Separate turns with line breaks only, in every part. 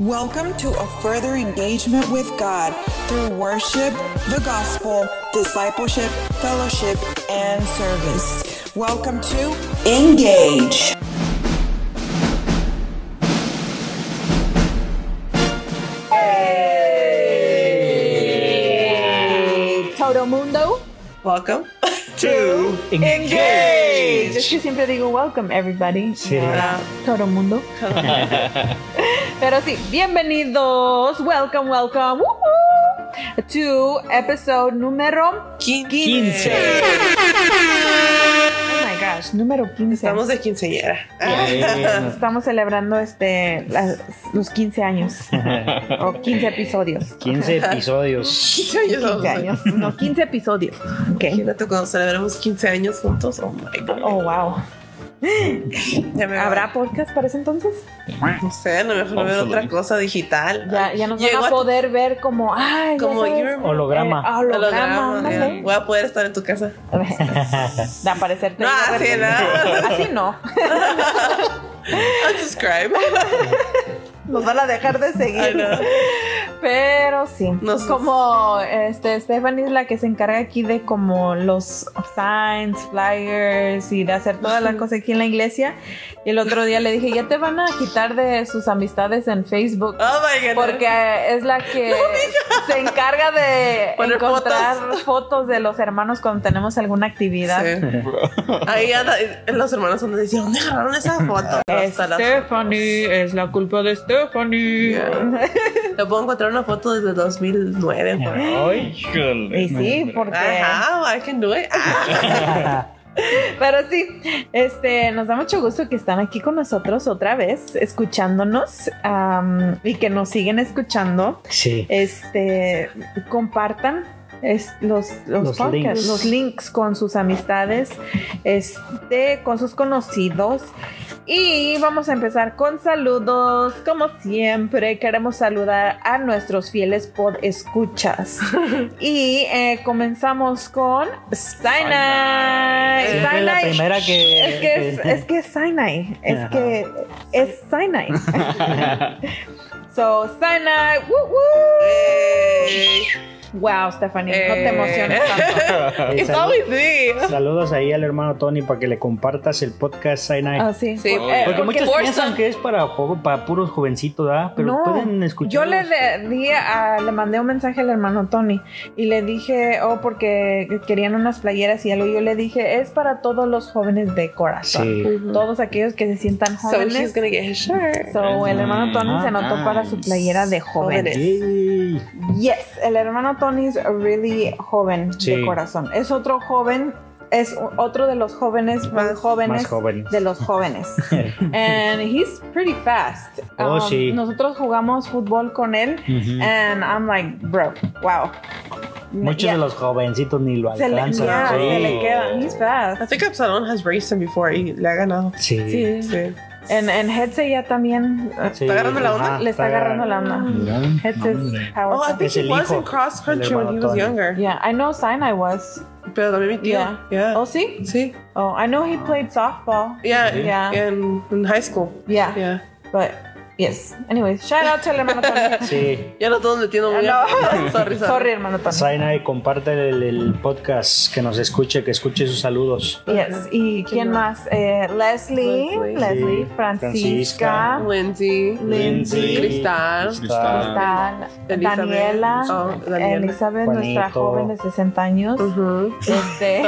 Welcome to a further engagement with God through worship, the gospel, discipleship, fellowship, and service. Welcome to Engage.
Todo mundo.
Welcome.
to
Engage.
Es que siempre digo welcome everybody.
Sí.
No, Todo mundo. Pero sí, bienvenidos. Welcome, welcome. woohoo, To episode número
15.
Oh my gosh, número 15.
Estamos de quinceañera. Ah,
Eh,
Estamos celebrando este las- los 15 años o 15 episodios.
15 episodios.
15 años.
15
vamos a-
años, no, 15 episodios. Okay.
Imagínate cuando celebramos 15 años juntos. Oh my god.
Oh, wow.
Ya me
¿Habrá podcast para ese entonces?
No sé, a lo mejor va a haber otra cosa digital.
Ya, ya nos
Llegó
van a
a tu-
poder ver como, ay, ya
Como
sabes,
Your
eh, holograma,
Holograma.
holograma, ya.
ándale.
Voy a poder estar en tu casa.
De aparecerte.
No,
ahí de
así
repente. Así no.
Unsubscribe.
Nos van a dejar de
Ay,
seguir.
no.
Pero sí.
Nos-
como este Stephanie es la que se encarga aquí de como los signs, flyers y de hacer toda la cosa aquí en la iglesia. Y el otro día le dije, ya te van a quitar de sus amistades en Facebook.
Oh my god.
Porque es la que se encarga de
Poner
encontrar fotos. de los hermanos cuando tenemos alguna actividad.
Sí. Ahí anda, y los hermanos andan diciendo, ¿dónde agarraron esa foto? Hasta las-
Stephanie, es la culpa de Stephanie.
Yeah. Yo puedo encontrar una foto desde 2009. por ahí.
Ay,
Y sí, porque.
Ajá, I can do it. Ah.
Pero sí, este, nos da mucho gusto que están aquí con nosotros otra vez, escuchándonos am, y que nos siguen escuchando.
Sí.
Este, compartan es- los, los,
Los
podcasts,
links.
los links con sus amistades, este, con sus conocidos. Y vamos a empezar con saludos. Como siempre, queremos saludar a nuestros fieles pod escuchas. y eh, comenzamos con Sinai.
Es
Sinai.
la
Sinai.
primera que.
Es que es, es que es Sinai. Es
Ajá.
que es Sinai. so, Sinai. woo, woo.
Hey.
Wow, Stephanie, no
Eh.
te emociones tanto.
Eh,
It's
salu-
always me.
Saludos ahí al hermano Tony para que le compartas el podcast Sinai.
Ah, sí.
Sí,
Por- eh,
porque muchos
Forza.
piensan que es para, po- para puros jovencitos, ¿verdad? Pero
no,
pueden escuchar.
yo le de- di a- le mandé un mensaje al hermano Tony y le dije, oh, porque querían unas playeras y algo. Yo le dije, es para todos los jóvenes de corazón.
Sí.
Todos aquellos que se sientan
So she's
jóvenes.
gonna get his shirt.
So, el hermano Tony se
Ah,
anotó para su playera de jóvenes.
Jóvenes.
Yay.
Yes, el hermano Tony es really joven de
Sí.
corazón. Es otro joven, es o- otro de los jóvenes más,
Más-
jóvenes
más jóvenes.
de los jóvenes. and he's pretty fast. Um,
Oh, sí.
Nosotros jugamos fútbol con él
Ujú.
and I'm like, bro, wow.
Muchos
Yeah.
de los jovencitos ni lo
se le,
alcanzan.
yeah,
sí.
se le quedan. He's
I
fast.
think Absalon has raced him before y le ha ganado.
Sí.
Sí.
Sí.
And, and Hetze ya también uh,
Sí,
¿Está agarrando la onda?
ajá,
le está agarrando la onda.
Ya,
Hetze's
Ah, hombre.
Oh, I
powerful.
think
Es
he
el
was
hijo
in cross country
del
when he was
hermano Tony.
younger.
Yeah, I know Sinai was.
Pero también mi tío.
Yeah.
Yeah.
Oh, sí.
Sí.
Oh, I know he played softball.
Yeah.
Yeah.
In, in high school.
Yeah.
Yeah.
But yes. Anyways, shout out to el hermano Tony.
Sí.
Ya no todos metiendo muy
Ah,
bien. sorry, sorry.
Sorry, hermano Tony.
Zainai, comparte el, el podcast, que nos escuche, que escuche sus saludos.
Yes. ¿Y quién más? Eh, Leslie, Leslie,
Ah, Leslie.
Sí.
Francisca,
Francisca.
Lindsay.
Lindsay.
Cristal.
Cristal.
Cristal,
Ah. Elizabeth.
Daniela,
Oh, Daniela. Mm-hmm.
Elizabeth, nuestra
Juanito.
joven de 60 años,
Ujú.
este,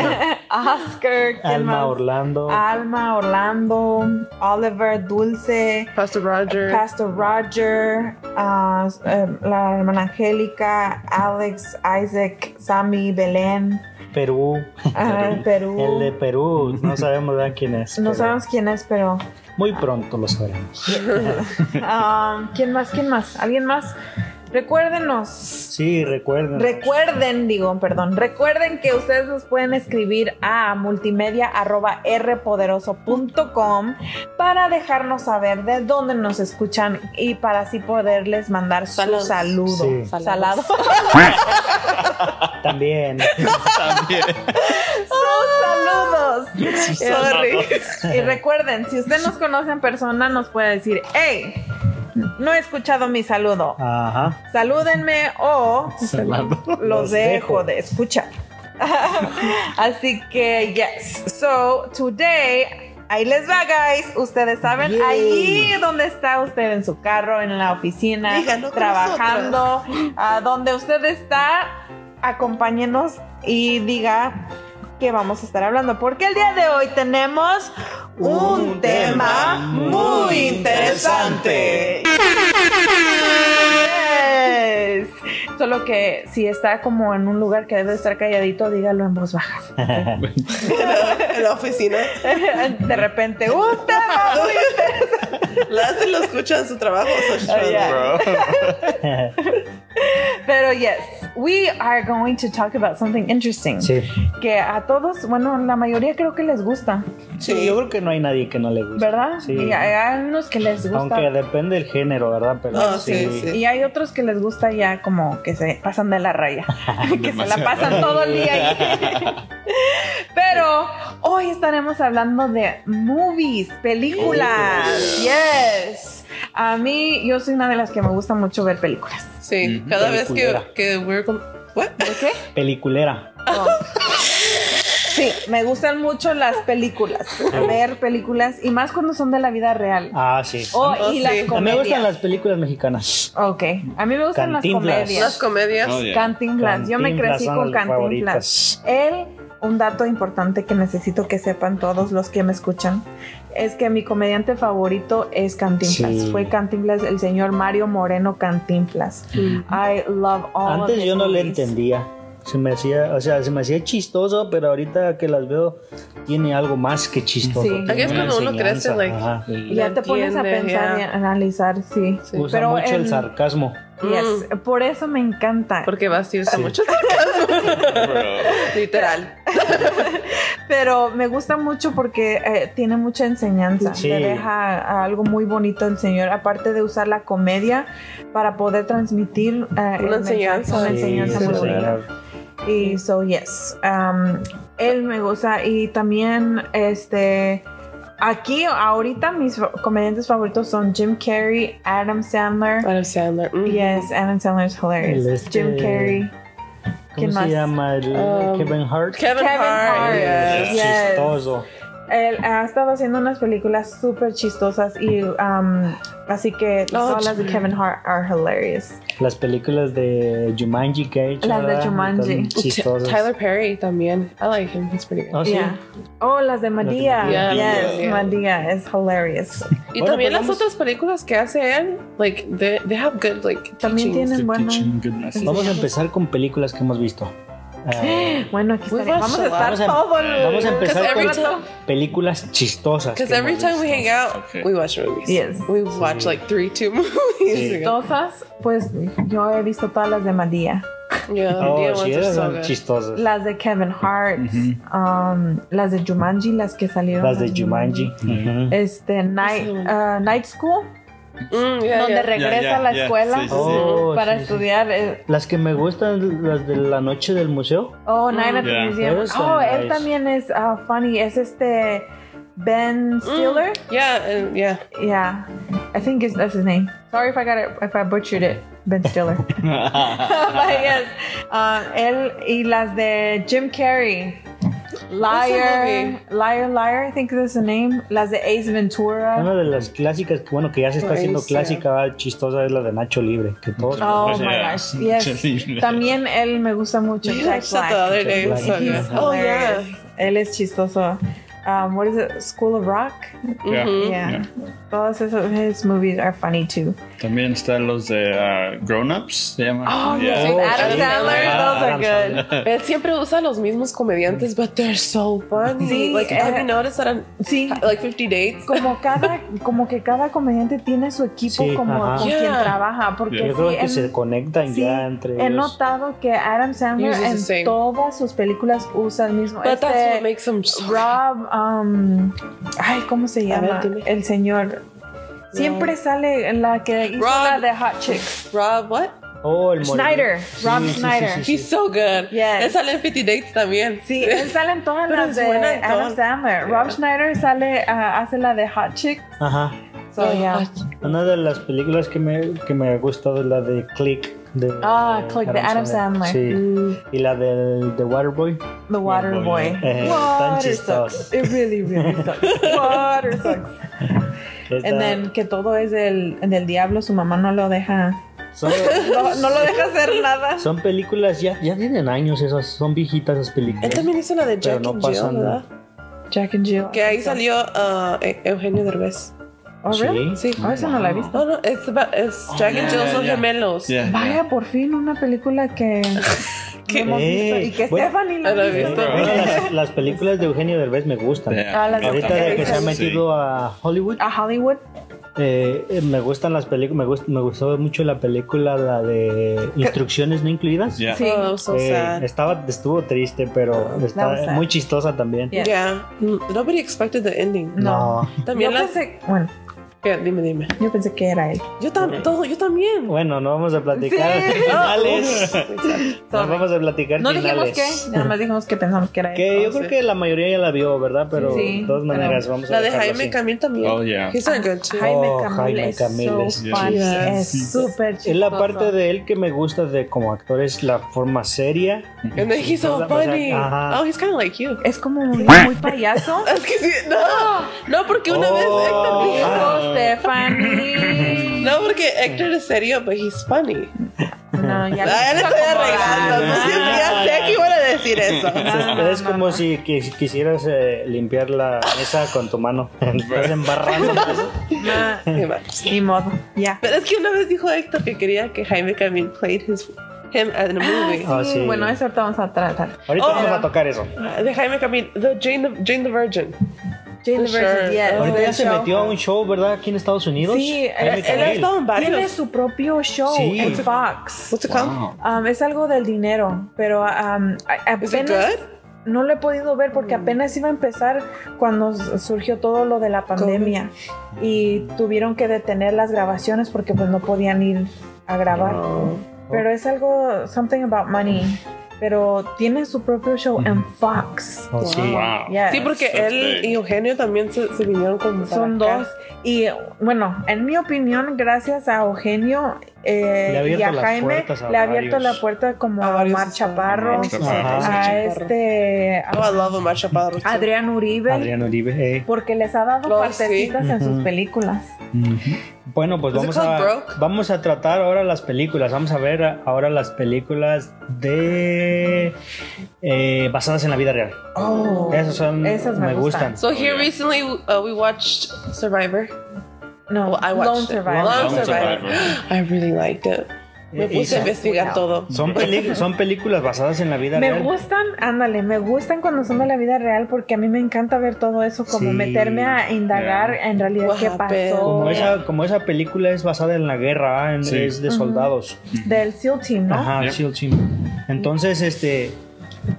Oscar, ¿quién
Alma
más? Ah.
Orlando.
Alma Orlando, Oliver, Dulce,
Pastor Roger.
Pastor Roger, ah, eh, la hermana Angélica, Alex, Isaac, Sammy, Belén,
Perú.
ah, Perú.
El de Perú. No sabemos ¿verdad? quién es.
No
pero
sabemos quién es, pero.
Muy pronto lo sabremos.
um, ¿Quién más? ¿Quién más? ¿Alguien más? Recuérdenos.
Sí, recuerden.
Recuerden, digo, perdón. Recuerden que ustedes nos pueden escribir a multimedia.rpoderoso.com para dejarnos saber de dónde nos escuchan y para así poderles mandar su
Saludos.
saludo.
Sí.
Salado.
También.
Sus saludos.
Sorry.
Y recuerden, si usted nos conoce en persona, nos puede decir, hey, no he escuchado mi saludo.
Ajá.
Salúdenme o
Salado.
los
Los
dejo
dejo.
de escuchar. Así que, yes. So, today, ahí les va, guys. Ustedes saben,
Yay.
ahí donde está usted en su carro, en la oficina,
Díganlo con
trabajando, a donde usted está, acompáñenos y diga que vamos a estar hablando. Porque el día de hoy tenemos un,
Un
tema
tema
muy interesante. Yes. Solo que si está como en un lugar que debe estar calladito, dígalo en voz baja.
en la oficina.
De repente, un tema muy
Las lo escucha en su trabajo. so-
Oh, yeah.
Bro.
Pero yes, we are going to talk about something interesting.
Sí.
Que a todos, bueno, la mayoría creo que les gusta,
Sí, yo creo que no hay nadie que no le guste.
¿verdad?
Sí.
Y hay, hay unos que les gusta.
Aunque depende del género, ¿verdad? Pero
Ah,
sí.
sí, sí.
Y hay otros que les gusta ya como que se pasan de la raya, que se la
Demasiado.
pasan todo el día. ahí. Pero hoy estaremos hablando de movies, películas.
Oh,
Yes. A mí, yo soy una de las que me gusta mucho ver películas.
Sí,
Ujú.
cada vez que,
Peliculera.
que we're como. ¿What?
¿Por qué? Oh.
Peliculera.
Sí, me gustan mucho las películas, ver películas y más cuando son de la vida real.
Ah, sí.
Oh,
Oh,
y
sí.
las
A mí me
A mí
comedias.
me gustan las películas mexicanas.
Ok, a mí me gustan
Cantinflas.
las comedias.
Las comedias.
Oh, yeah.
Cantinflas. Yo me
Cantinflas
crecí
son
con
las
Cantinflas.
favoritas.
Él, un dato importante que necesito que sepan todos los que me escuchan, es que mi comediante favorito es Cantinflas.
Sí.
Fue Cantinflas, el señor Mario Moreno Cantinflas. I love all of
Antes
his
yo no le
movies.
entendía. Se me hacía, o sea, se me hacía chistoso, pero ahorita que las veo tiene algo más que chistoso.
Sí.
Tiene
Aquí es
una
cuando uno
enseñanza,
crece, like,
ajá.
Sí.
Ya te pones a
Entiende,
pensar
ya.
y a analizar, sí.
Sí.
Usa
Pero
mucho
en-
el sarcasmo.
Yes, Por eso me encanta.
Porque vas y usa
Sí.
mucho
Bro.
Literal.
Pero me gusta mucho porque eh, tiene mucha enseñanza.
Sí.
Te deja a- algo muy bonito el Señor. Aparte de usar la comedia para poder transmitir eh, el
enseñanza.
mensaje, Una
Sí,
enseñanza muy
o sea,
bonita. Y so, yes. um, él me gusta. Y también, este. Aquí, ahorita, mis fa- comediantes favoritos son Jim Carrey, Adam Sandler.
Adam Sandler. mm.
Yes, Adam Sandler is hilarious.
El este-
Jim Carrey. ¿Quién
¿Cómo se
más?
llama? El-
Um,
Kevin Hart.
Kevin,
Kevin
Hart.
Hart.
yes.
Es
Yes.
Chistoso.
Él ha estado haciendo unas películas súper chistosas y um, así que
Oh,
todas las de
chis-
Kevin Hart are hilarious.
Las películas de Jumanji que ha hecho.
Las de
¿verdad?
Jumanji.
Están
T-
Chistosas.
Tyler Perry también. I like him. He's pretty good.
Oh, sí.
Yeah. Oh, las de Madea.
Madea.
yes,
Yeah.
Madea is hilarious.
Y
Bueno,
también
pues
las
vamos-
otras películas que hace él, like, they, they have good, like,
También
teachings.
tienen
Good
buena.
teaching, good message.
Vamos a empezar con películas que hemos visto. Eh,
Bueno, aquí
We've
estaremos.
watched
Vamos a
a
estar
lot. Vamos a-
todo el.
vamos a empezar
Because every
con-
time,
películas chistosas.
because
que
every
hemos
time we
visto.
hang out,
Okay.
we watch movies.
Yes.
We watch, like, three, two movies.
Chistosas, pues yo he visto todas las de Madea.
Yeah, the
Oh,
Madea
sí,
ones are
esas
so
son
good.
chistosas.
Las de Kevin Hart, um, las de Jumanji, las que salieron.
Las de Jumanji. Ujú.
Este, Night, uh, Night School,
Mm, yeah,
donde
yeah.
regresa
ya,
a la
ya,
escuela
sí, sí, sí.
Oh,
para
sí, sí.
estudiar. eh,
Las que me gustan, las de la noche del museo.
Oh, Night at the
Yeah.
Museum.
Those
Oh,
are
él
nice.
también es ah, funny. Es este
Mm.
Ben Stiller.
Yeah, and yeah.
Yeah, I think it's, that's his name. Sorry if I got it, if I butchered it. Ben Stiller. But yes, um, él y las de Jim Carrey. Liar,
movie?
liar, liar. I think that's the name. Las de Ace Ventura.
Una de las clásicas, que bueno, que ya se está
Pues,
haciendo
sí.
clásica, ¿verdad? chistosa, es la de Nacho Libre. Que todos.
Oh
Pues,
my
yeah.
gosh, yes.
Sí.
También él me gusta mucho.
We
Jack
watched that
Black.
the other day. It was so
Jack
good.
He's
Black.
Oh, yeah.
hilarious. Él es chistoso. Um, what is it? School of Rock?
Yeah.
Mhm.
Yeah. Todos esos his movies are funny too.
También están los de ah, Grown Ups, se llama.
Oh,
Yeah.
yes. Adam
Adam
Sandler,
Sandler.
those are
Ah, Adam
good.
Él siempre usa los mismos comediantes, but they're so funny.
Sí,
like,
eh.
have you noticed that on
Sí.
like 50 dates?
Como cada, como que cada comediante tiene su equipo
Sí,
como
ajá.
con
Yeah.
quien trabaja. Porque
Yo creo
sí,
que
en-
se conectan
sí,
ya entre
he
ellos.
notado que Adam Sandler
Uses the
en
same.
todas sus películas usa el mismo.
But that's
Este,
what makes them so
Rob, um, ay, ¿cómo se
A ver,
llama?
dime.
El señor. Siempre sale la que hizo
Rob-
la de Hot Chicks.
Rob, what?
Oh, el moreno.
Schneider, Rob
Sí, sí, sí,
Schneider.
sí, sí.
He's so good.
Yes.
Él sale en 50 Dates también.
Sí, él sale en todas
Pero
las
es
de
buena en
Adam
todas.
Sandler. Rob
Yeah.
Schneider sale, ah, hace la de Hot Chicks.
Ajá.
So, yeah.
Una de las películas que me, que me ha gustado es la de Click. De,
Ah, Click, de Adam Sandler.
Sí.
Mm.
Y la del de Waterboy.
The Water
Yeah,
Boy.
boy.
Eh,
water
Tanchis
sucks.
dos.
It really, really sucks. water sucks. And
Esta-
then que todo es del, del diablo, su mamá no lo deja.
son,
No, no lo deja hacer nada.
son películas, ya, ya tienen años esas, son viejitas esas
Él
películas.
también hizo la de
Pero
Jack
no
and
pasa
Jill,
nada.
¿verdad?
Jack and Jill.
Que ahí salió ah, E- Eugenio Derbez.
Oh, really?
Sí.
Oh, esa no la he visto.
No, no, es about- es Jack and
yeah,
Jill
yeah,
son
yeah.
gemelos.
Yeah. yeah.
Vaya, por fin una película que
¿Qué?
no hemos visto. Y que
Bueno,
Stephanie la
a la
ha visto.
vez.
Bueno, las, las películas de Eugenio Derbez me gustan.
Yeah.
Ah, las de
Ahorita de que se ha
Sí.
metido a Hollywood,
A Hollywood.
eh, eh, me gustan las películas, me, gust- me gustó mucho la película la de Instrucciones no incluidas.
Yeah.
Sí.
Oh, so
Eh,
sad.
estaba estuvo triste, pero
was
está
sad.
muy chistosa también.
Yeah.
Yeah. Mm, Nobody expected the ending.
No.
También
yo
las...
pensé, bueno,
¿Qué? Dime, dime.
yo pensé que era él.
Yo, tam- todo, yo también.
Bueno, no vamos a platicar
Sí.
finales. No
Sorry.
vamos a platicar
No dijimos
finales.
que, nada más dijimos que pensamos que era él.
Que yo
Ah,
creo
sí.
que la mayoría ya la vio, ¿verdad? Pero
Sí,
de todas
pero-
maneras, vamos a
La de
dejarlo
Jaime
así.
Camil también.
Oh, yeah.
He's a good too.
Jaime
Oh,
Camil
Jaime
es
Camil es
so funny,
chistoso.
es súper chistoso.
Es la parte de él que me gusta de como actor, es la forma seria.
And then he's so
Todas las-
funny.
ajá.
Oh, he's kind of like you.
Es como un muy payaso.
Es que sí, no, no, porque una
Oh.
vez Héctor dijo,
Dijo Stephanie.
no, porque Héctor es serio, but he's funny.
No, ya
Ah, ya le estoy arreglando,
Ah,
no sé, ya sé que iban a decir eso.
Ah,
es como
mamá.
si qui- quisieras eh, limpiar la mesa con tu mano. Estás embarrando.
Ah,
Qué mal.
Ni modo, ya.
Pero es que una vez dijo Héctor que quería que Jaime Camil played his, him in a movie.
Ah, sí.
Bueno, eso ahorita vamos a tratar.
Ahorita
Oh.
vamos a tocar eso.
De Jaime Camil, the Jane, the, Jane the Virgin.
Jane
Sure.
versus Yes,
Ahorita
el
ya se
show.
metió a un show, ¿verdad? Aquí en Estados Unidos.
Sí, él-
Jaime
Él ha
Camil.
estado en
Tiene
varios.
su propio show
Sí.
en Fox.
What's it called?
Wow.
Um, es algo del dinero, pero um, a-
Is it
apenas no lo he podido ver porque apenas iba a empezar cuando s- surgió todo lo de la pandemia y tuvieron que detener las grabaciones porque pues no podían ir a grabar.
Oh.
Pero es algo something about money, pero tiene su propio show en
Mm.
Fox.
Oh, sí.
Wow.
Yes.
Sí, porque
That's
él
big.
y Eugenio también se, se vinieron con
Son
para acá.
dos. Y bueno, en mi opinión, gracias a Eugenio eh,
Le ha abierto
y a
las
Jaime,
puertas a
le ha abierto
varios.
la puerta como
A
a,
varios
Omar Chaparro,
Omar Chaparro.
a
Chaparro.
este a
Oh, I love Omar Chaparro. too.
Adrián Uribe,
Adrián Uribe. eh.
porque les ha dado
Oh,
partecitas en sus películas.
Bueno, pues
Is it
vamos
called
a,
Broke?
vamos a tratar ahora las películas. Vamos a ver ahora las películas de eh, basadas en la vida real.
Oh,
Esas son
Esas me
me,
gustan.
gustan.
So here
yeah.
recently uh, we watched Survivor.
No,
Well, I watched
Lone
it.
Survivor.
Lone
Lone
Survivor.
Survivor.
I really liked it. Me
Eh,
puse a
Isa,
investigar todo.
son, peli- son películas basadas en la vida
Me
real.
gustan, ándale, me gustan cuando son de la vida real porque a mí me encanta ver todo eso, como
Sí.
meterme a indagar
Yeah.
en realidad
What
qué
happened?
pasó.
Como esa, como esa película es basada en la guerra, en-
Sí.
es de soldados.
Del SEAL Team, ¿no?
Ajá,
Yep.
SEAL Team. Entonces, este,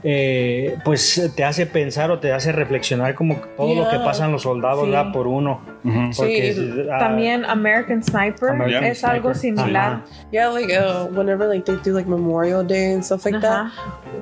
eh, pues te hace pensar o te hace reflexionar como todo lo que
Yeah.
pasan los soldados
Sí.
da por uno.
Mhm.
Porque,
Sí,
ah,
También American Sniper
American
es algo
Sniper. Ah,
similar.
Ajá.
Yeah, like uh, whenever like they do like Memorial Day and stuff like that,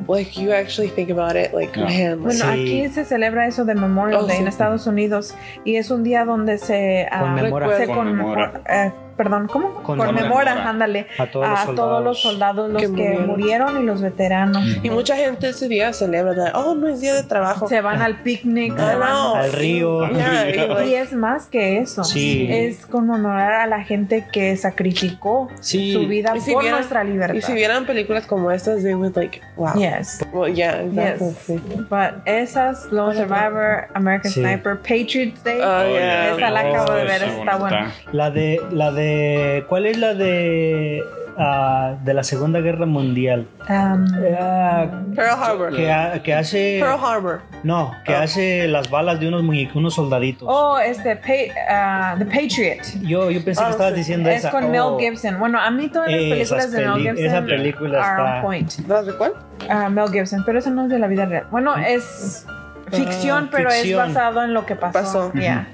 like you actually think about it, like
Yeah.
man, like,
Bueno,
Sí.
aquí se celebra eso de Memorial
Oh,
Day en
sí.
Estados Unidos y es un día donde se ah,
Conmemora.
se con-
Conmemora.
eh, perdón, ¿cómo?
Conmemora.
Conmemora, ándale.
A todos los
a todos los soldados, los que,
que
murieron.
murieron.
y los veteranos.
y mucha gente ese día celebra that. Oh, no es día de trabajo. Ah,
Se van al picnic,
I
se van
know.
Al río.
Yeah, y, like,
Oh, Y es más que eso.
Sí.
Es conmemorar a la gente que sacrificó
Sí.
su vida
Y si
por
vieran-
nuestra libertad.
y si vieran películas como estas, they would like, wow.
Yes,
Well, yeah, exactly.
yes. But esas, Lone Survivor, American
Sí.
Sniper, Patriot Day.
Oh, yeah.
Esa la acabo de ver,
Esa
está buena.
La de, la de, ¿cuál es la de, ah, de la Segunda Guerra Mundial?
um,
Eh, ah,
Pearl Harbor.
que, ha- que hace,
Pearl Harbor.
no, que
Ah.
hace las balas de unos muñe- unos soldaditos.
oh, este, pa- uh, The Patriot.
Yo, yo pensé
Ah,
que estabas
sí.
diciendo
Oh, Es
esa.
con
Oh. Eh,
Mel Gibson. Bueno, a mí todas las
Esas
películas de Mel
peli-
Gibson
esa película
are on
está-
point.
¿Las de cuál?
Ah, Mel Gibson, pero eso no es de la vida real. Bueno, es ficción, pero
Mm. Ah, ficción.
es basado en lo que pasó.
Pasó.
Yeah.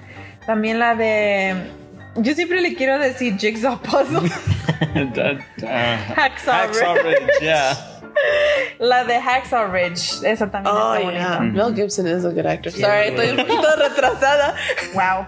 También la de. Yo siempre le quiero decir Jigsaw Puzzle,
That, uh,
Hacksaw
Hacksaw
Ridge.
Ridge, yeah.
La de Hacksaw Ridge. Esa también
Oh,
está
yeah.
bonita.
Mel Gibson is a good actor. Sorry,
Sorry,
estoy
estoy un poquito retrasada. Wow.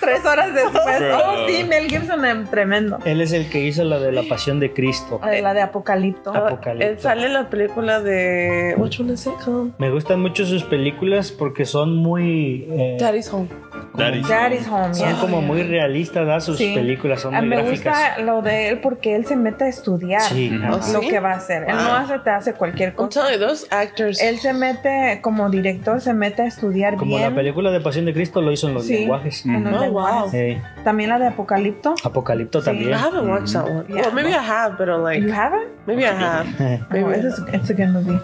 Tres horas después. Oh, sí, Mel Gibson es tremendo.
Él es el que hizo la de la pasión de Cristo.
Eh, La de Apocalipto.
Apocalipto.
Él Ah, eh, sale en la película de. Which one is it called?
Me gustan mucho sus películas porque son muy. eh,
Daddy's Home.
Oh,
Daddy's
Daddy's Home.
son
yeah.
como muy realistas, ¿verdad? Sus
Sí.
películas son
Ah,
muy
me
gráficas.
gusta lo de él porque él se mete a estudiar
Sí,
Ujú.
Oh,
lo
sí?
que va a hacer. Él no
Wow.
hace, te hace cualquier
I'm
cosa.
telling you, those actors.
Él se mete, como director, se mete a estudiar
como
bien.
la película de Pasión de Cristo lo hizo en los
Sí.
lenguajes.
en los
Oh, wow.
lenguajes.
Eh,
También la de Apocalipto.
Apocalipto también.
I haven't watched that one.
Yeah.
Well, maybe I have, but I'm like,
You Oh, haven't?
maybe I have.
Eh,
Maybe
Maybe I
it's, it's a good movie.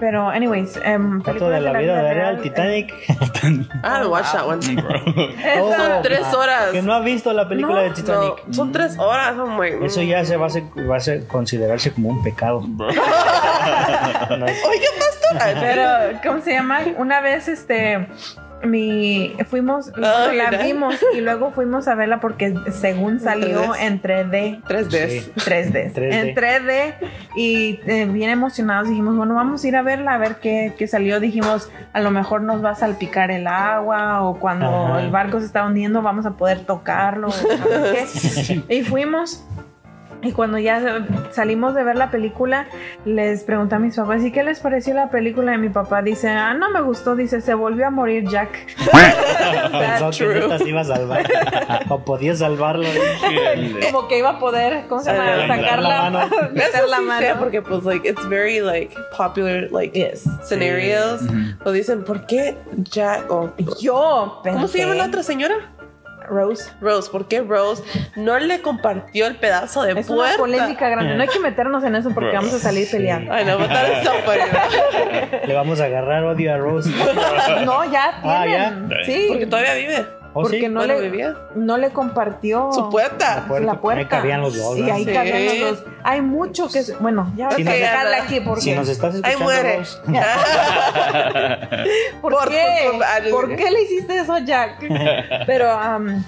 Pero, anyways, em,
Trato de
películas
la vida real,
eh,
Titanic.
I haven't watched that one.
Bro.
esa-
Oh,
tres horas.
Que no ha visto la película
Pues, No,
de
No,
Titanic.
son tres horas. I'm like,
Eso
mm.
ya se va a, ser- va a ser- considerarse como un pecado.
Bro.
No es-
Oiga, pastora.
Pero, ¿cómo se llama? Una vez, este, mi, fuimos,
Ah,
la
mira.
vimos y luego fuimos a verla porque según salió en 3D.
Tres veces.
Sí.
3D.
3D.
En 3D y eh, bien emocionados dijimos, bueno, vamos a ir a verla, a ver qué, qué salió. Dijimos, a lo mejor nos va a salpicar el agua o cuando
Ajá.
el barco se está hundiendo vamos a poder tocarlo. o saber qué. y fuimos. Y cuando ya salimos de ver la película, les pregunté a mis papás, ¿y qué les pareció la película? Y mi papá dice, ah, no me gustó, dice, se volvió a morir Jack.
Pensó que
true.
neta se iba a salvar. o podía salvarlo. ¿eh?
Como que iba a poder, ¿cómo se llama?
Arreglar
la
Sacar la mano.
mano.
meter la
Sí sé,
mano.
porque pues like it's very like popular like
Yes.
scenarios lo dicen ¿por qué Jack o
Yo pensé.
¿cómo se llama la otra señora?
Rose.
Rose ¿por qué Rose no le compartió el pedazo de
Es
puerta?
una polémica grande. No hay que meternos en eso porque
Bro.
vamos a salir peleando.
Ay no, pues, but that is so funny. ¿verdad?
Le vamos a agarrar odio a Rose.
No, ya
Ah,
tienen.
ya.
Sí.
Porque todavía vive.
¿O
porque
sí?
no
bueno,
le
vivía.
no le compartió
Su puerta.
puerta,
la puerta.
ahí cabían los dos,
Y
¿verdad?
ahí
Sí.
cabían los dos. Hay mucho que es- bueno, ya ahora
Si nos-
que dejarla aquí porque
Si nos estás
Ay
escuchando,
muere.
Rose,
Ah.
¿Por,
Por-
qué?
por- por- ah, yo-
¿Por qué le hiciste eso, Jack? Pero um,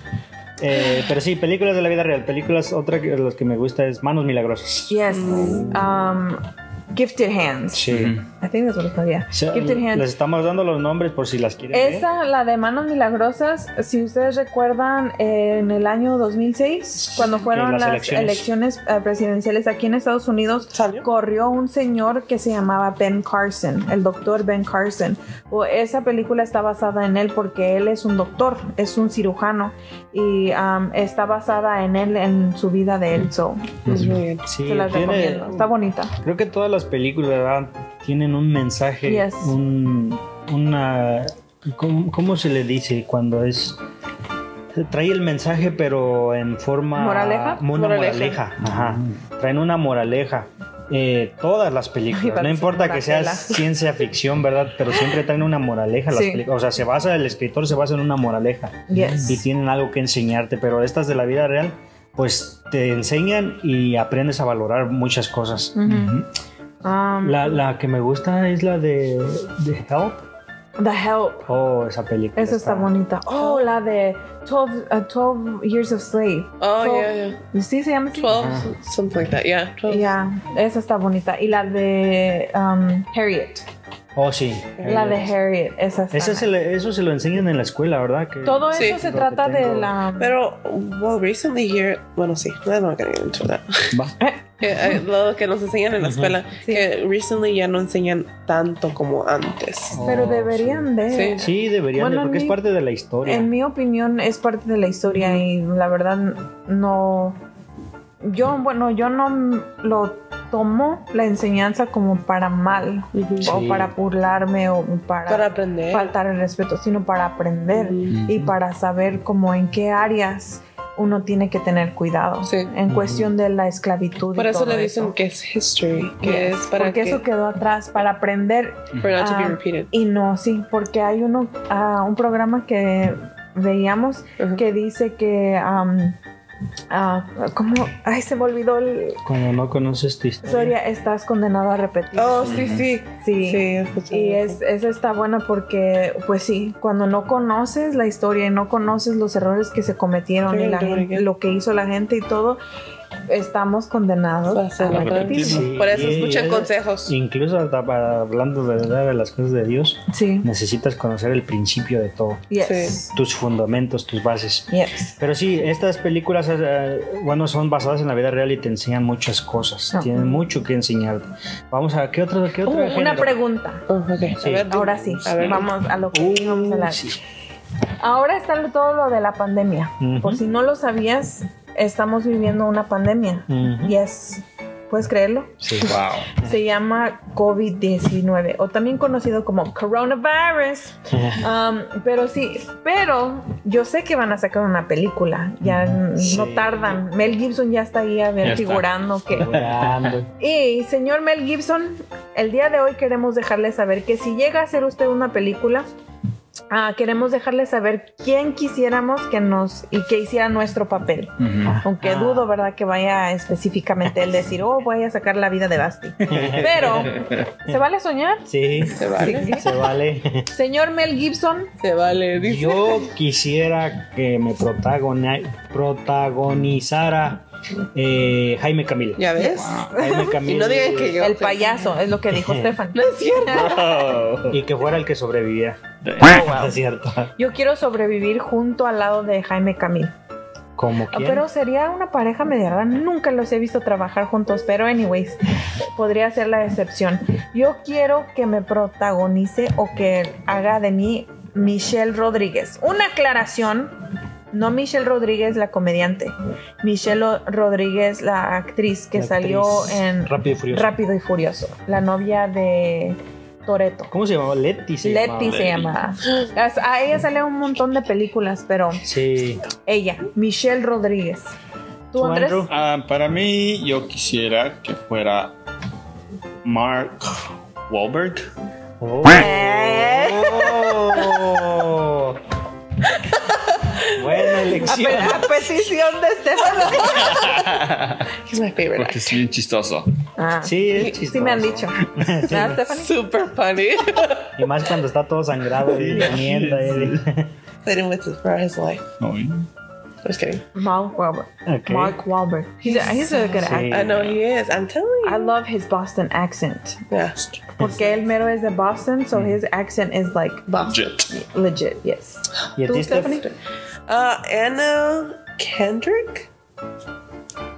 Eh, pero sí, películas de la vida real. Películas, otra que las que me gusta es Manos Milagrosas.
yes, um, gifted hands.
Sí.
I think that's what it's called, yeah.
O sea,
Gifted hands.
les estamos dando los nombres por si las quieren ver.
Esa, la de Manos Milagrosas, si ustedes recuerdan, en el año 2006, cuando fueron
las
las, elecciones,
elecciones.
eh, presidenciales aquí en Estados Unidos,
¿Salió?
corrió un señor que se llamaba Ben Carson, el doctor Ben Carson. O esa película está basada en él porque él es un doctor, es un cirujano y um, está basada en él, en su vida de él. So,
It's really good.
Sí,
se las
tiene-
recomiendo. Está bonita.
Creo que todas las películas ¿verdad? tienen un mensaje,
Yes.
un, una... ¿cómo, cómo se le dice cuando es...? Trae el mensaje pero en forma...
¿Moraleja?
Una
Moraleja.
moraleja. Ajá. Traen una moraleja. Eh, todas las
Ay,
películas, no
parece
importa que sea
Franela.
ciencia ficción, ¿verdad? Pero siempre traen una moraleja. Las
Sí.
películas. O sea, se basa, el escritor se basa en una moraleja
Yes.
y tienen algo que enseñarte, pero estas de la vida real, pues te enseñan y aprendes a valorar muchas cosas.
Ujú. Um,
La, la que me gusta es la de, de Help.
the Help.
Oh, esa película.
Esa está bonita. Oh, la de 12, uh, 12 Years of Slave.
Oh,
12
yeah, yeah.
Sí, se llama así.
12
Ajá.
something like that. Yeah. 12.
Yeah, esa está bonita. Y la de um, Harriet.
Oh, sí.
La de Harriet. Esa está.
Ese se le- eso se lo enseñan en la escuela, ¿verdad? Que-
Todo
Sí.
eso se
Lo que
trata de
tengo.
la.
Pero, well, recently here, bueno, sí, I'm not gonna get into that.
Va.
Que, eh, lo que nos enseñan en la escuela,
Sí.
que recently ya no enseñan tanto como antes.
Oh,
Pero deberían de.
Sí.
Sí, deberían, de,
Bueno, en
porque
mi-
es parte de la historia.
En mi opinión, es parte de la historia y la verdad no. Yo, bueno, yo no lo tomo la enseñanza como para mal o
Sí.
para burlarme o para,
Para aprender.
faltar el respeto, sino para aprender y para saber cómo en qué áreas uno tiene que tener cuidado
Sí.
en cuestión de la esclavitud. y
Por eso
todo
le dicen
eso.
que es history, que
Yes,
es para
porque
que,
eso quedó atrás para aprender
for not to be
Ah.
repeated.
y no, sí, porque hay uno ah, un programa que veíamos
Ujú.
que dice que um, ah, como ay se me olvidó el
Cuando no conoces tu historia.
historia estás condenado a repetir.
Oh, sí, sí.
sí.
Sí, he escuchado
Y
eso.
es, eso está bueno porque, pues sí, cuando no conoces la historia y no conoces los errores que se cometieron y
Sí,
la
claro
gente-
que-
lo que hizo la gente y todo, estamos condenados
Vas a
a repetirlo.
repetirlo.
Por eso escuchen
es-
consejos.
Incluso hasta para- hablando de, de las cosas de Dios,
Sí.
necesitas conocer el principio de todo,
Yes.
tus fundamentos, tus bases.
Yes.
Pero sí, estas películas, eh, bueno, son basadas en la vida real y te enseñan muchas cosas.
Ah.
Tienen mucho que enseñarte. Vamos a, ¿qué otro? Qué
Uh,
otro
una
género?
pregunta.
Oh, okay.
Sí.
A ver,
Ahora sí,
A ver.
vamos a lo que
Uh,
vamos a hablar.
sí.
Ahora está lo- todo lo de la pandemia.
Ujú.
Por si no lo sabías, estamos viviendo una pandemia.
Ujú.
Yes. ¿Puedes creerlo?
Sí.
Wow.
Se llama COVID-19 o también conocido como coronavirus. Um, pero sí, pero yo sé que van a sacar una película. Ya n-
Sí.
no tardan. Mel Gibson ya está ahí a ver,
Ya está.
figurando que.
Orando.
Y señor Mel Gibson, el día de hoy queremos dejarle saber que si llega a hacer usted una película, ah, queremos dejarle saber quién quisiéramos que nos y que hiciera nuestro papel.
Ujú.
Aunque
Ajá.
dudo, ¿verdad? Que vaya específicamente el decir, oh, voy a sacar la vida de Basti. Pero, ¿se vale soñar?
Sí,
Se vale.
se vale.
Señor Mel Gibson,
Se vale, dice.
Yo quisiera que me protagoni- protagonizara eh, Jaime Camilo.
¿Ya ves?
Jaime
Y no digan que yo.
el payaso, es lo que dijo Stefan.
No es cierto.
Ah.
Oh.
Y que fuera el que sobreviviera.
Oh,
Es cierto.
Yo quiero sobrevivir junto al lado de Jaime Camil.
Como
Ah,
quiera.
Pero sería una pareja media rara. Nunca los he visto trabajar juntos, pero anyways, podría ser la excepción. Yo quiero que me protagonice o que haga de mí Michelle Rodríguez. Una aclaración, no Michelle Rodríguez la comediante, Michelle O- Rodríguez la actriz que
La
salió
actriz
en
Rápido y Furioso.
Rápido y Furioso, la novia de Toreto.
¿Cómo se llamaba? Letty se
Letty
llamaba.
se llamaba. As- A ella sale un montón de películas, pero
Sí.
ella, Michelle Rodríguez. ¿Tú,
¿Tú,
Andrés?
Andrew?
Ah, para mí, yo quisiera que fuera Mark Wahlberg.
Oh.
Eh.
Oh. Buena
A,
elección.
pe- a petición de Estefan.
He's my favorite.
Porque es bien chistoso.
Ah,
Sí, es
sí me han dicho.
chistoso.
¿Verdad, Stephanie?
Super funny.
Y más cuando está todo sangrado y eh. comiendo. y-
Sitting with us for his life.
Ay.
Just kidding.
Mark Wahlberg.
Ok.
Mark Wahlberg. He's a, he's a good
Sí.
actor.
I know he is. I'm telling
I
you.
love his Boston accent.
Yeah.
Porque él mero es de Boston, so his accent is like
Jet.
legit, yes.
¿Y a
¿Tú,
ti, Steph?
Stephanie?
Uh, Anna Kendrick.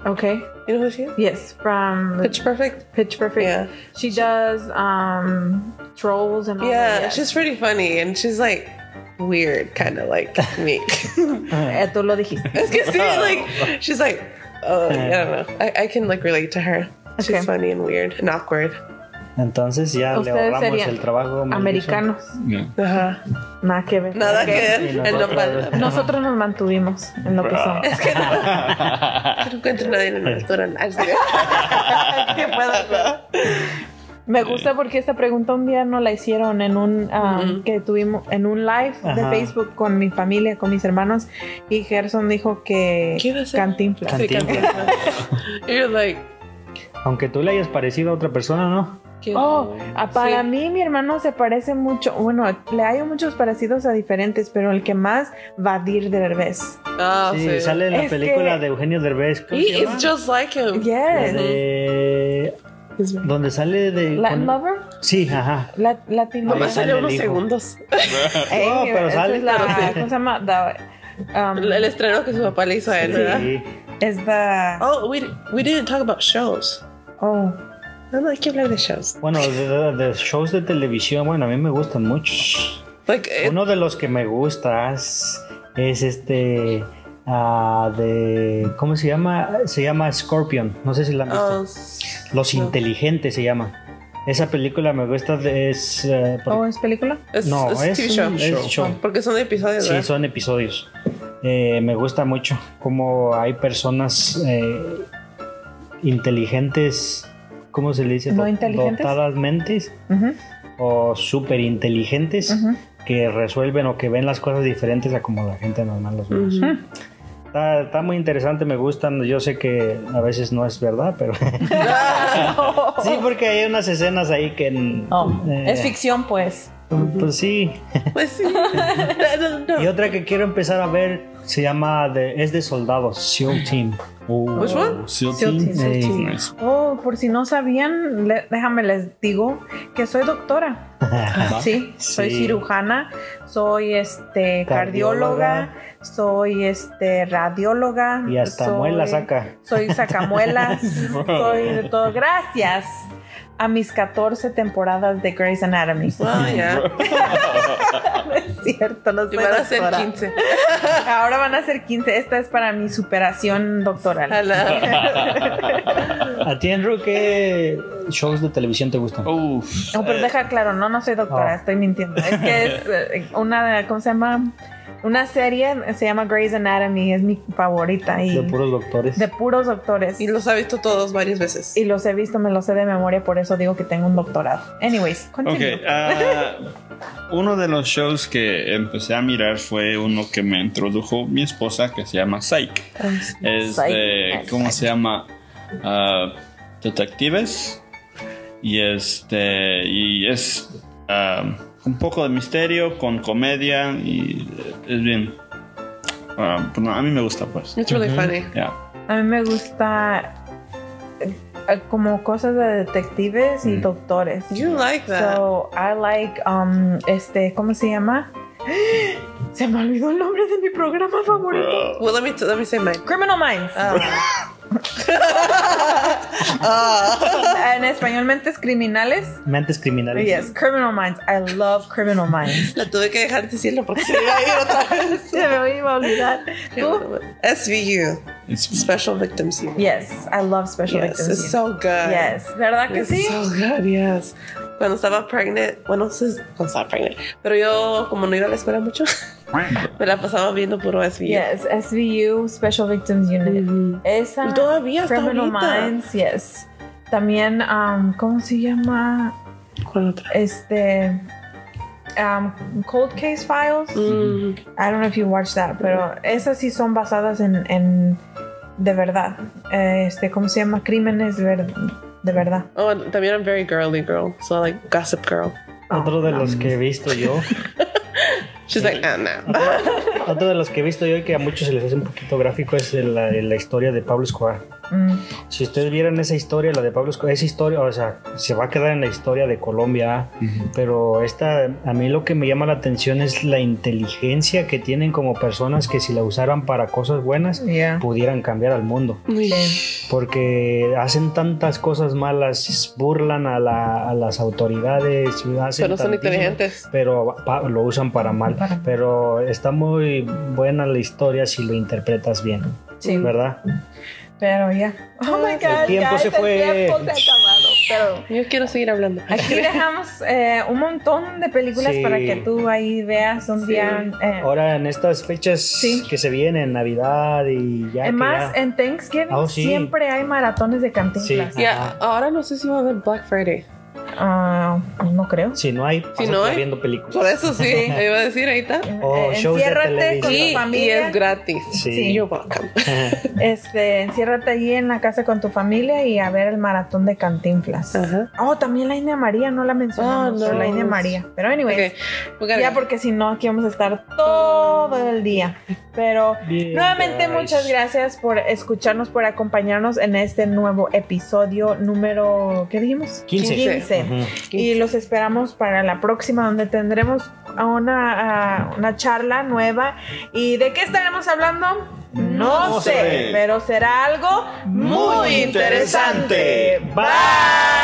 Okay,
You know who she is?
yes, from Pitch,
Pitch Perfect.
Perfect.
Yeah.
She does um, trolls and all
Yeah,
that. yes.
she's pretty funny, and she's like weird, kind of like me.
Eh, tú lo dijiste.
It's cause see, like she's like, oh, I don't know. I, I can like relate to her. She's
Okay.
funny and weird and awkward.
Entonces ya le
Ustedes
ahorramos
serían
el trabajo. Mel
Americanos,
No.
Uh-huh.
nada que ver.
Nada
Ok.
que
Y
ver. El
nosotros-
nopal.
Nosotros nos mantuvimos en lo que somos.
No encuentro nadie en una altura. no, así de-
¿Qué puedo hacer? Me gusta porque esta pregunta un día no la hicieron en un um, que tuvimos en un live de
Ajá.
Facebook con mi familia, con mis hermanos y Gerson dijo que
¿Qué iba a hacer?
Cantinflas.
Can-
Cantinflas. You're like,
Gibson. Aunque tú le hayas parecido a otra persona, ¿no?
¿qué-
Oh, ah, para
Sí.
mí mi hermano se parece mucho, bueno, le hay muchos parecidos a diferentes, pero el que más va a Dir de revés.
Ah,
sí,
sí.
sale en la
Es
película
que-
de Eugenio Derbez. ¿cómo se
He
llama?
is just like him.
La
Yes.
de-
He's-
Donde sale de...
Latin
con-
Lover,
Sí, ajá.
la, Latin
Ahí
Nomás
Lover.
sale
salió
el
unos
hijo.
segundos.
Ey,
No, pero
esa
sale.
es la, ¿Cómo se llama? The, um,
El el estreno que su papá le hizo a él, ¿verdad?
Sí.
es the-
Oh, we, we didn't talk about shows.
oh.
No, no, hay que hablar de shows.
Bueno, de, de- de shows de televisión, bueno, a mí me gustan muchos.
Like, eh,
Uno de los que me gusta es, es este... ah, de ¿Cómo se llama? Se llama Scorpion. No sé si la han visto.
oh,
Los
no.
Inteligentes se llama. Esa película me gusta, de- es... eh, por-
¿O oh, es película?
Oh, Es,
no,
es,
es,
TV show.
un- es show.
Porque son episodios,
Sí,
¿verdad?
son episodios. Eh, me gusta mucho cómo hay personas eh, inteligentes, ¿cómo se le dice?
¿No
Do-
inteligentes?
Dotadas mentes
Ujú,
o súper inteligentes
ujú.
que resuelven o que ven las cosas diferentes a como la gente normal los ve.
Ujú.
Está, está muy interesante, me gustan. Yo sé que a veces no es verdad, pero... sí, porque hay unas escenas ahí que...
Oh,
eh,
Es ficción, pues.
Pues sí.
Pues sí. No, no, no.
Y otra que quiero empezar a ver se llama, de- es de soldados, SEAL Team. Oh.
¿Pues
Which one?
Seal
Seal
team.
team, seal
Eh,
team.
nice.
Oh, por si no sabían, le- déjame les digo que soy doctora. Sí, soy
Sí.
cirujana, soy este cardióloga,
Cardióloga.
soy este radióloga.
Y hasta
soy-
muela saca.
Soy sacamuelas,
Bro.
soy de todo. Gracias a mis 14 temporadas de Grey's Anatomy.
Well, yeah.
No es cierto, no soy
Y van a ser
doctora.
15.
Ahora van a ser 15. Esta es para mi superación doctoral.
A la-
¿A ti, Andrew, qué shows de televisión te
Oh.
gustan?
Uf.
No, pero
Eh,
deja claro, no, no soy doctora,
no.
estoy mintiendo. Es que es eh, una, ¿cómo se llama? Una serie, se llama Grey's Anatomy, es mi favorita. Y
De puros doctores.
de puros doctores.
Y los ha visto todos varias veces.
Y los he visto, me los sé de memoria, por eso digo que tengo un doctorado. Anyways,
Ok,
continúo.
ah, uno de los shows que empecé a mirar fue uno que me introdujo mi esposa que se llama Psych. Es
Psych.
de, Este, ¿cómo se llama? Ah, detectives. Y este, y es ah, un poco de misterio con comedia y es bien. ah, bueno, a mí me gusta pues.
It's really funny.
Ya.
A mí me gusta eh, eh, como cosas de detectives y doctores.
You like that.
So I like um este, ¿cómo se llama? Se me olvidó el nombre de mi programa favorito.
Bro.
well, let me, t- let me say mine.
Criminal Minds.
Ah,
en españolmente es criminales.
Mentes criminales.
Yes, Criminal Minds. I love Criminal Minds.
La tuve que dejar decirlo porque se me iba a ir otra vez.
Se me iba a olvidar. Tú-
SVU,
It's-
Special Victims Unit.
Yes, I love Special
Yes,
Victims.
it's so good.
yes, ¿verdad que
It's
sí?
so good, yes. Cuando estaba pregnant, bueno, sí, cuando estaba pregnant, pero yo como no iba a la escuela mucho, me la pasaba viendo puro SVU.
Yes, SVU, Special Victims Unit. Esa.
Y todavía hasta
Criminal
ahorita.
Minds, yes. También, um, ¿cómo se llama?
¿Cuál otra?
Este. um, Cold Case Files.
Mm,
I don't know if you watched that, pero esas sí son basadas en, en de verdad. Eh, Este, ¿cómo se llama? Crímenes ver- de verdad.
Oh, and también I'm very girly girl, so I like Gossip Girl.
Otro de
Ah.
los que he visto yo.
She's like, ah, no.
Otro de los que he visto yo y que a muchos se les hace un poquito gráfico es el- la, la historia de Pablo Escobar.
Mm.
Si ustedes vieran esa historia, la de Pablo Escobar, esa historia, o sea, se va a quedar en la historia de Colombia, pero esta, a mí lo que me llama la atención es la inteligencia que tienen como personas que si la usaran para cosas buenas,
Yeah.
pudieran cambiar al mundo.
Sí.
Porque hacen tantas cosas malas, burlan a, la- a las autoridades, hacen
Pero son
tantísimo-
inteligentes.
pero pa- lo usan para mal. Pero está muy buena la historia si lo interpretas bien,
Sí.
¿verdad?
Pero ya. Oh my God.
El tiempo
guys,
se
el
fue.
tiempo se ha acabado. Pero
Yo quiero seguir hablando.
aquí dejamos eh, un montón de películas
Sí.
para que tú ahí veas un
Sí.
día. eh,
Ahora en estas fechas
Sí.
que se vienen, Navidad y ya. que
Además,
ya-
en Thanksgiving
Oh, sí.
siempre hay maratones de cantinflas.
Sí.
Yeah, ahora no sé si va a haber Black Friday.
Ah, no creo.
si no hay, pásatela
no hay.
viendo películas.
Por eso sí, iba a decir ahorita.
Oh,
Eh,
shows de
enciérrate con
Y,
tu
televisión.
y
familia.
es gratis.
Sí.
Y You're welcome.
Este, enciérrate allí en la casa con tu familia y a ver el maratón de Cantinflas.
Ajá.
Oh, también la India María, no la mencionamos,
Ah,
pero
no.
la India María. Pero anyways,
Okay. we gotta
Pues, ya
go.
porque si no aquí vamos a estar todo el día. Pero
Bien,
nuevamente
guys.
muchas gracias por escucharnos, por acompañarnos en este nuevo episodio número, ¿qué dijimos?
15.
15.
Ujú.
Y los esperamos para la próxima, donde tendremos a una, a una charla nueva. ¿Y de qué estaremos hablando? No,
No
sé,
sé.
pero será algo muy
Muy
interesante.
interesante.
Bye.